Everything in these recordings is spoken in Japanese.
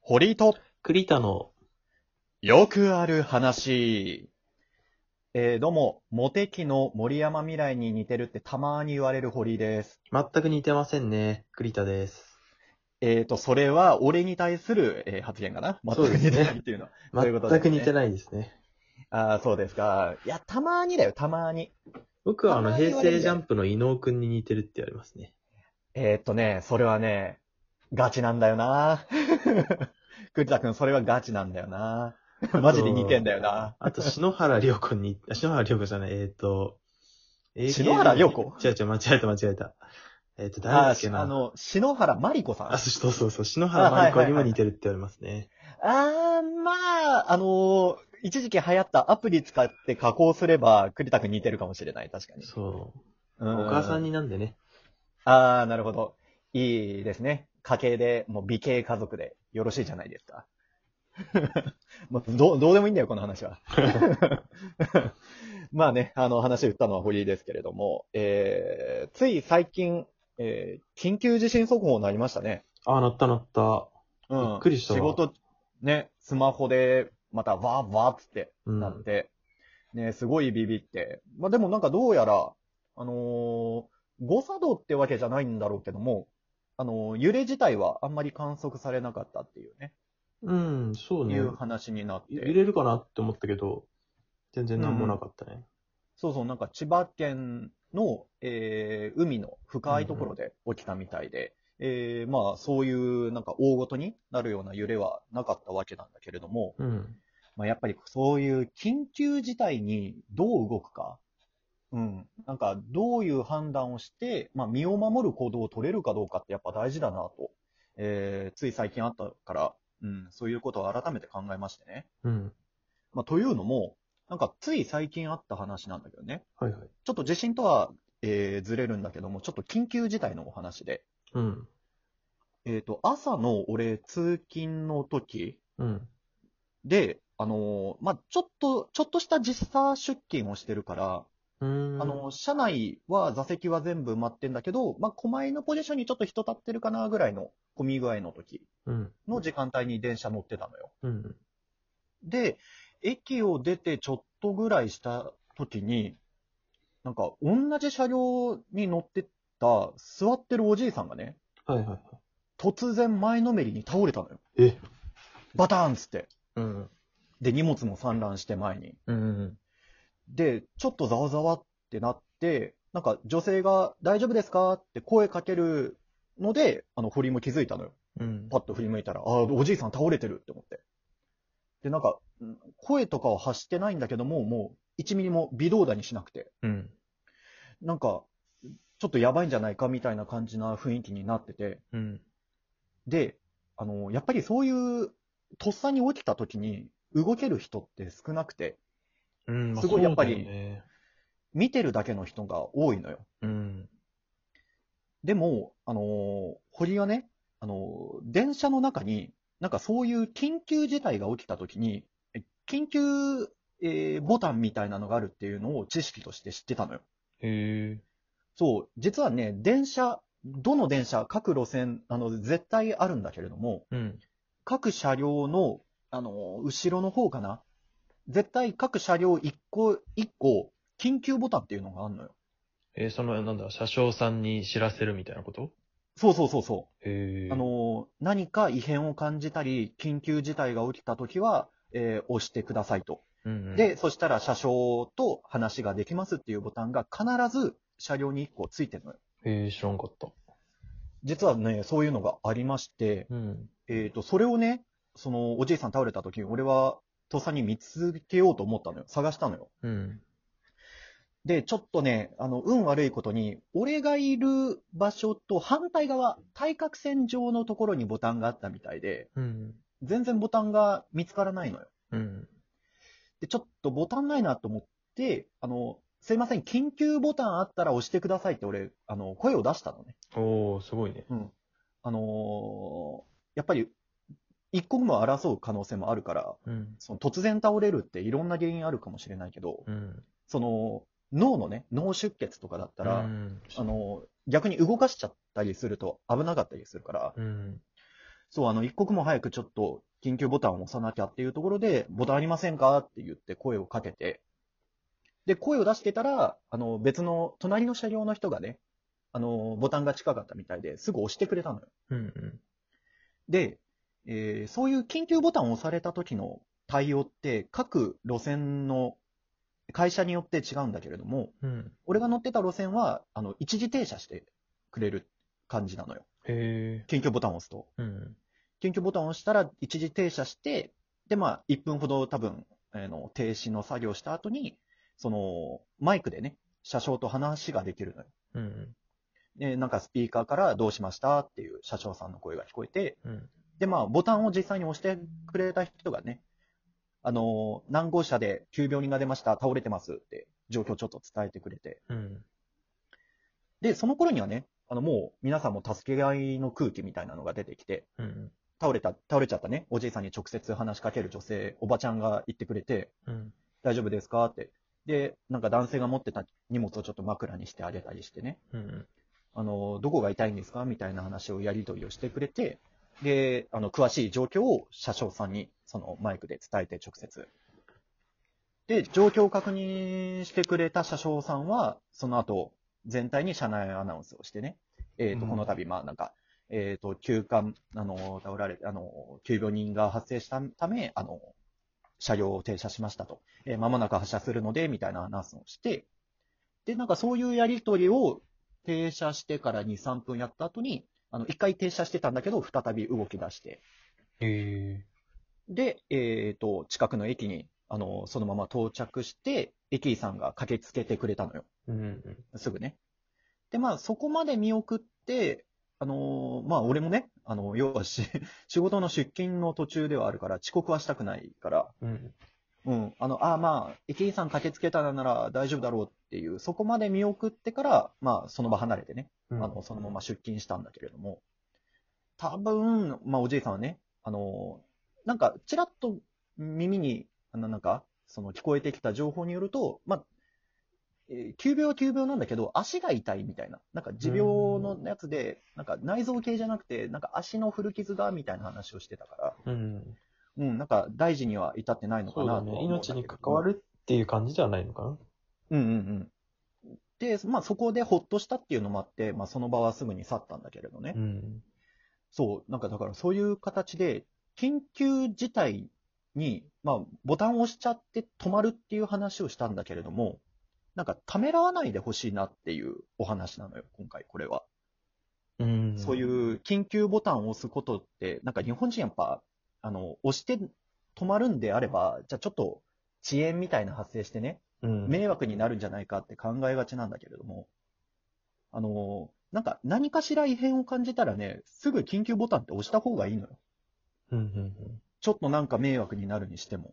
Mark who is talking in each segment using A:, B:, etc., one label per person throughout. A: 堀井と、
B: 栗田の、
A: よくある話。えーどうも、モテ期の森山未来に似てるってたまーに言われる堀井です。
B: 全く似てませんね。栗田です。
A: えっ、と、それは俺に対する、えー発言かな全
B: そう
A: く
B: ですね
A: 似てないっていうのは。ということでね
B: 全く似てないですね。
A: ああ、そうですか。いや、たまーにだよ、たまーに。
B: 僕はあ
A: た
B: の、
A: まに言
B: 平
A: われる
B: 成ジャンプの伊能くんに似てるって言われますね。
A: えーっとね、それはね、ガチなんだよな。 栗田くん、それはガチなんだよな。マジで似てんだよな。
B: あと、篠原涼子に、あ篠原涼子じゃない、えっ、ー、と、AKB
A: 篠原涼子
B: 違う違う、間違えた間違えた。えっ、と、誰だ
A: あ
B: っけ
A: ー
B: な。
A: あの、篠原まりこさん。
B: あ、そうそうそう、篠原まり子にも似てるって言われますね。
A: あー、まあ、あのー一時期流行ったアプリ使って加工すれば、栗田くん似てるかもしれない、確かに。
B: そう。
A: お
B: お母さん
A: に。
B: になんでね。
A: あー、なるほど。いいですね。家系で、もう美系家族でよろしいじゃないですか。 もうどうどうでもいいんだよ、この話は。 まあね、あの話打ったのは堀井ですけれども、えー、つい最近、えー、緊急地震速報になりましたね。
B: あ、なったなった。
A: うん
B: びっくりしたわ
A: 仕事、ね、スマホで、また、わーわーっつって、
B: うん
A: なって、ね、すごいビビって。まあ、でもなんかどうやら、あのー誤作動ってわけじゃないんだろうけども、あのー揺れ自体はあんまり観測されなかったっていうね、
B: うん、そうね。
A: い
B: ゆ
A: う話になって。
B: 揺れるかなって思ったけど、全然なんもなかったね。
A: そうそう、なんか千葉県の、えー海の深いところで起きたみたいで、えーまあ、そういうなんか大ごとになるような揺れはなかったわけなんだけれども、
B: うん。
A: まあ、やっぱりそういう緊急事態にどう動くか、うん、なんかどういう判断をして、まあ、身を守る行動を取れるかどうかってやっぱ大事だなと、えーつい最近あったから、うん、そういうことを改めて考えましてね。
B: うん。
A: まあ、というのも、なんかつい最近あった話なんだけどね、
B: はいはい。
A: ちょっと地震とは、えーずれるんだけども、ちょっと緊急事態のお話で、
B: うん。
A: えっ、と、朝の俺、通勤の時、
B: うん。
A: で、あのーまあ、ちょっと、ちょっとした時差出勤をしてるから、
B: うーん。
A: あのー車内は座席は全部埋まってんだけど、まあ、狛江のポジションにちょっと人立ってるかなぐらいの混み具合の時
B: うん。
A: の時間帯に電車乗ってたのよ。
B: うん。
A: で、駅を出てちょっとぐらいした時に、なんか同じ車両に乗ってた座ってるおじいさんがね、
B: はいはいはい。
A: 突然前のめりに倒れたのよ。
B: え
A: バターンっつって。
B: うん。
A: で、荷物も散乱して前に。
B: うん。
A: で、ちょっとざわざわってなって、なんか女性が大丈夫ですかって声かけるので、あの、堀井も気づいたのよ。
B: うん。
A: パッと振り向いたら、ああ、おじいさん倒れてるって思って。で、なんか、うん声とかは発してないんだけども、もう1ミリも微動だにしなくて、
B: うん。
A: なんか、ちょっとやばいんじゃないかみたいな感じな雰囲気になってて、
B: うん。
A: で、あの、やっぱりそういう、とっさに起きた時に動ける人って少なくて、
B: うん。
A: すごいやっぱり
B: そうだよね
A: 見てるだけの人が多いのよ。
B: うん。
A: でも、あのー堀はね、あのー電車の中に、なんかそういう緊急事態が起きたときに、え緊急、えーボタンみたいなのがあるっていうのを知識として知ってたのよ。
B: へえ。
A: そう、実はね、電車、どの電車、各路線、あの、絶対あるんだけれども、
B: うん。
A: 各車両の、あのー後ろの方かな。絶対各車両一個一個、緊急ボタンっていうのがあるのよ。
B: えー、その、なんだ、車掌さんに知らせるみたいなこと
A: そうそうそうそう。
B: へえ。
A: あ、の、何か異変を感じたり、緊急事態が起きたときは、えー押してくださいと。
B: うんうん、
A: で、そしたら車掌と話ができますっていうボタンが必ず車両に1個ついてるのよ。
B: へえ、知らんかった。
A: 実はね、そういうのがありまして、
B: うん。
A: えっ、と、それをね、その、おじいさん倒れたとき、俺は、とっさに見つけようと思ったのよ。探したのよ。
B: うん。
A: で、ちょっとね、あの、運悪いことに、俺がいる場所と反対側、対角線上のところにボタンがあったみたいで、
B: うん。
A: 全然ボタンが見つからないのよ。
B: うん。
A: で、ちょっとボタンないなと思って、あの、すいません、緊急ボタンあったら押してくださいって俺、あの、声を出したのね。
B: おー、すごいね。
A: うん。あのーやっぱり、一刻も争う可能性もあるから、
B: うん。
A: その突然倒れるっていろんな原因あるかもしれないけど、
B: うん。
A: その、脳のね、脳出血とかだったら、
B: うん。
A: あのー逆に動かしちゃったりすると危なかったりするから、
B: うん。
A: そう、あの、一刻も早くちょっと緊急ボタンを押さなきゃっていうところで、ボタンありませんかって言って声をかけて、で、声を出してたら、あの、別の、隣の車両の人がね、あの、ボタンが近かったみたいですぐ押してくれたのよ。
B: うんうん。
A: で、えーそういう緊急ボタンを押された時の対応って、各路線の会社によって違うんだけれども、
B: うん。
A: 俺が乗ってた路線は、あの、一時停車してくれる感じなのよ。
B: へえ。
A: 緊急ボタンを押すと。
B: うん。
A: 緊急ボタンを押したら一時停車して、で、まあ、1分ほど多分、あの停止の作業をした後に、その、マイクでね、車掌と話ができるのよ。
B: うん。
A: で、なんかスピーカーからどうしましたっていう車掌さんの声が聞こえて、
B: うん。
A: で、まあ、ボタンを実際に押してくれた人がね、あの、何号車で急病人が出ました、倒れてますって、状況をちょっと伝えてくれて。
B: うん。
A: で、その頃にはね、あの、もう皆さんも助け合いの空気みたいなのが出てきて、
B: うん。
A: 倒れた、倒れちゃったね、おじいさんに直接話しかける女性、おばちゃんが言ってくれて、
B: うん。
A: 大丈夫ですかって。で、なんか男性が持ってた荷物をちょっと枕にしてあげたりしてね、
B: うん。
A: あの、どこが痛いんですかみたいな話をやり取りをしてくれて、で、あの、詳しい状況を車掌さんに、そのマイクで伝えて直接。で、状況を確認してくれた車掌さんは、その後、全体に車内アナウンスをしてね、えっ、と、
B: うん
A: この度、まあ、なんか、えっ、と、急患、あの、倒られて、あの、急病人が発生したため、あの、車両を停車しましたと。えー、間もなく発車するので、みたいなアナウンスをして、で、なんかそういうやりとりを停車してから2、3分やった後に、あの、一回停車してたんだけど、再び動き出して、
B: へえ。
A: で、えっ、と、近くの駅に、あの、そのまま到着して、駅員さんが駆けつけてくれたのよ。
B: うん。
A: すぐね。で、まあ、そこまで見送って、あのーまあ、俺もね、あの、要はし、 仕事の出勤の途中ではあるから、遅刻はしたくないから、
B: うん。
A: うん、あの、ああ、まあ、駅員さん駆けつけたなら大丈夫だろうっていう、そこまで見送ってから、まあ、その場離れてね、
B: う
A: あの、そのまま出勤したんだけれども、多分、まあ、おじいさんはね、あの、なんか、ちらっと耳に、あのなんか、その聞こえてきた情報によると、まあ、えー急病は急病なんだけど、足が痛いみたいな、なんか持病のやつで、なんか内臓系じゃなくて、なんか足の古傷がみたいな話をしてたから、
B: うん。
A: うん、なんか大事には至ってないの
B: そ
A: か
B: う
A: な
B: だ
A: とは
B: ね。
A: 思うんだ
B: 命
A: けど
B: に関わるっていう感じではないのかな。
A: うんうんうん。で、まあそこでほっとしたっていうのもあって、まあその場はすぐに去ったんだけれどね。
B: うん。
A: そう、なんかだからそういう形で、緊急事態に、まあボタンを押しちゃって止まるっていう話をしたんだけれども、なんかためらわないでほしいなっていうお話なのよ、今回これは。
B: うん。
A: そうい。う緊急ボタンを押すことって、なんか日本人やっぱ、あの、押して止まるんであれば、じゃあちょっと遅延みたいな発生してね、
B: うん。
A: 迷惑になるんじゃないかって考えがちなんだけれども、あの、なんか何かしら異変を感じたらね、すぐ緊急ボタンって押した方がいいのよ。
B: うん。うん。
A: ちょっとなんか迷惑になるにしても。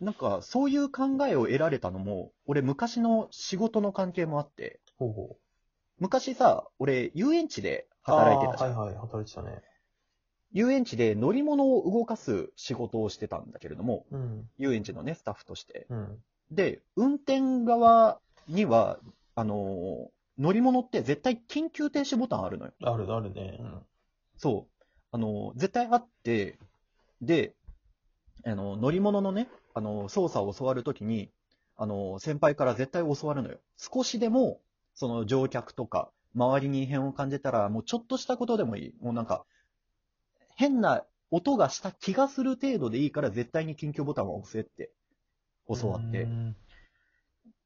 A: なんかそういう考えを得られたのも、俺昔の仕事の関係もあって、
B: ほうほう。
A: 昔さ、俺遊園地で働いてたじゃん。
B: あーはいはい、働いてたね。
A: 遊園地で乗り物を動かす仕事をしてたんだけれども、
B: うん。
A: 遊園地のね、スタッフとして。
B: うん。
A: で、運転側には、あのー乗り物って絶対緊急停止ボタンあるのよ。
B: ある、あるね。うん。
A: そう。あのー絶対あって、で、あのー乗り物のね、あのー操作を教わるときに、あのー先輩から絶対教わるのよ。少しでも、その乗客とか、周りに異変を感じたら、もうちょっとしたことでもいい。もうなんか、変な音がした気がする程度でいいから、絶対に緊急ボタンは押せって教わって
B: う。ん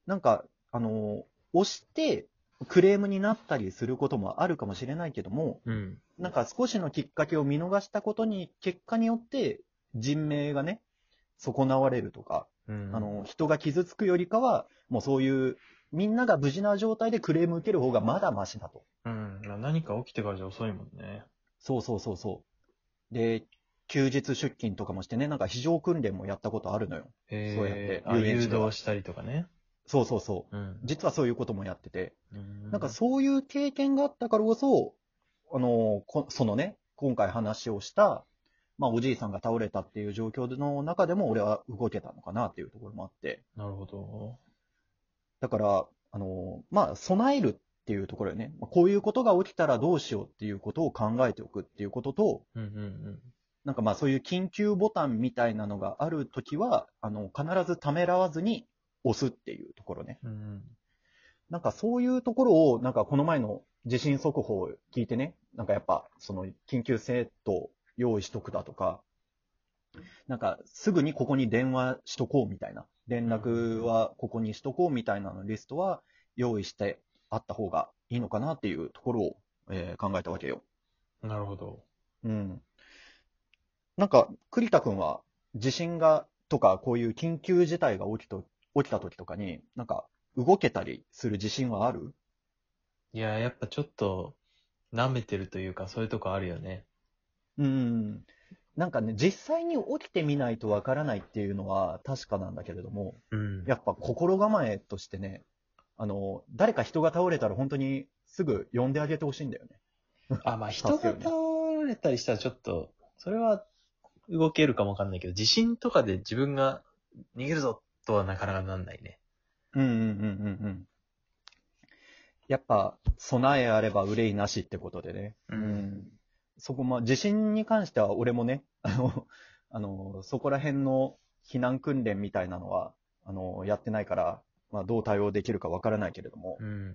A: なんか、あの、押してクレームになったりすることもあるかもしれないけども、
B: うん。
A: なんか少しのきっかけを見逃したことに、結果によって人命がね、損なわれるとか、
B: うん。
A: あ、の、人が傷つくよりかは、もうそういう、みんなが無事な状態でクレーム受ける方がまだマシだと。
B: うん。まあ何か起きてからじゃ遅いもんね。
A: そうそうそうそう。で、休日出勤とかもしてね、なんか非常訓練もやったことあるのよ。そうやって
B: あ
A: 遊園
B: 誘
A: 地では
B: 導したりとかね。
A: そうそうそう。
B: うん。
A: 実はそういうこともやってて。
B: な
A: なんかそういう経験があったからこそ、あのこそのね、今回話をした、まあ、おじいさんが倒れたっていう状況の中でも、俺は動けたのかなっていうところもあって、
B: なるほど。
A: だから、あのまあ、備えるっっていうところよね。まあこういうことが起きたらどうしようっていうことを考えておくっていうことと、
B: うんうん
A: なんかまあそういう緊急ボタンみたいなのがあるときは、あの、必ずためらわずに押すっていうところね。
B: うん。うん
A: なんかそういうところを、なんかこの前の地震速報を聞いてね、なんかやっぱその緊急セットを用意しとくだとか、なんかすぐにここに電話しとこうみたいな、連絡はここにしとこうみたいなのリストは用意してあった方がいいのかなっていうところを、えー考えたわけよ。
B: うん。なるほど。
A: うん。なんか栗田君は地震がとかこういう緊急事態が起きと起きた時とかに、なんか動けたりする自信はある
B: いや、やっぱちょっと、舐めてるというか、そういうとこあるよね。
A: うん。なんかね、実際に起きてみないとわからないっていうのは確かなんだけれども、
B: うん
A: やっぱ心構えとしてね、あの、誰か人が倒れたら本当にすぐ呼んであげてほしいんだよね。
B: あ、まあ人が倒れたりしたらちょっと、それは動けるかもわかんないけど、地震とかで自分が逃げるぞとはなかなかなんないね。
A: うんうんうんうんうん。やっぱ、備えあれば憂いなしってことでね。
B: う
A: うんん。そこ、まあ、地震に関しては俺もね、 あの、あの、そこら辺の避難訓練みたいなのは、あの、やってないから、まあ、どう対応できるかわからないけれども、
B: ん。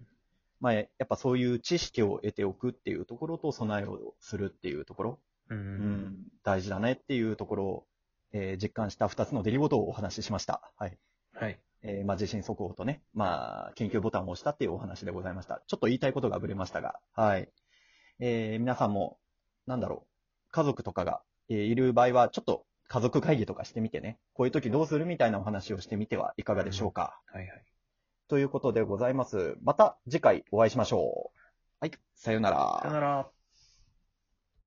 A: まあ、やっぱそういう知識を得ておくっていうところと備えをするっていうところ、
B: う。
A: うんん、大事だねっていうところを、えー実感した2つの出来事をお話ししました。はい。
B: はい。
A: えーまあ、地震速報とね、まあ、緊急ボタンを押したっていうお話でございました。ちょっと言いたいことがぶれましたが、はい。えー皆さんも、なんだろう、家族とかが、えーいる場合は、ちょっと家族会議とかしてみてね、こういう時どうするみたいなお話をしてみてはいかがでしょうか。
B: はいはい。
A: ということでございます。また次回お会いしましょう。はい、さようなら
B: さよなら。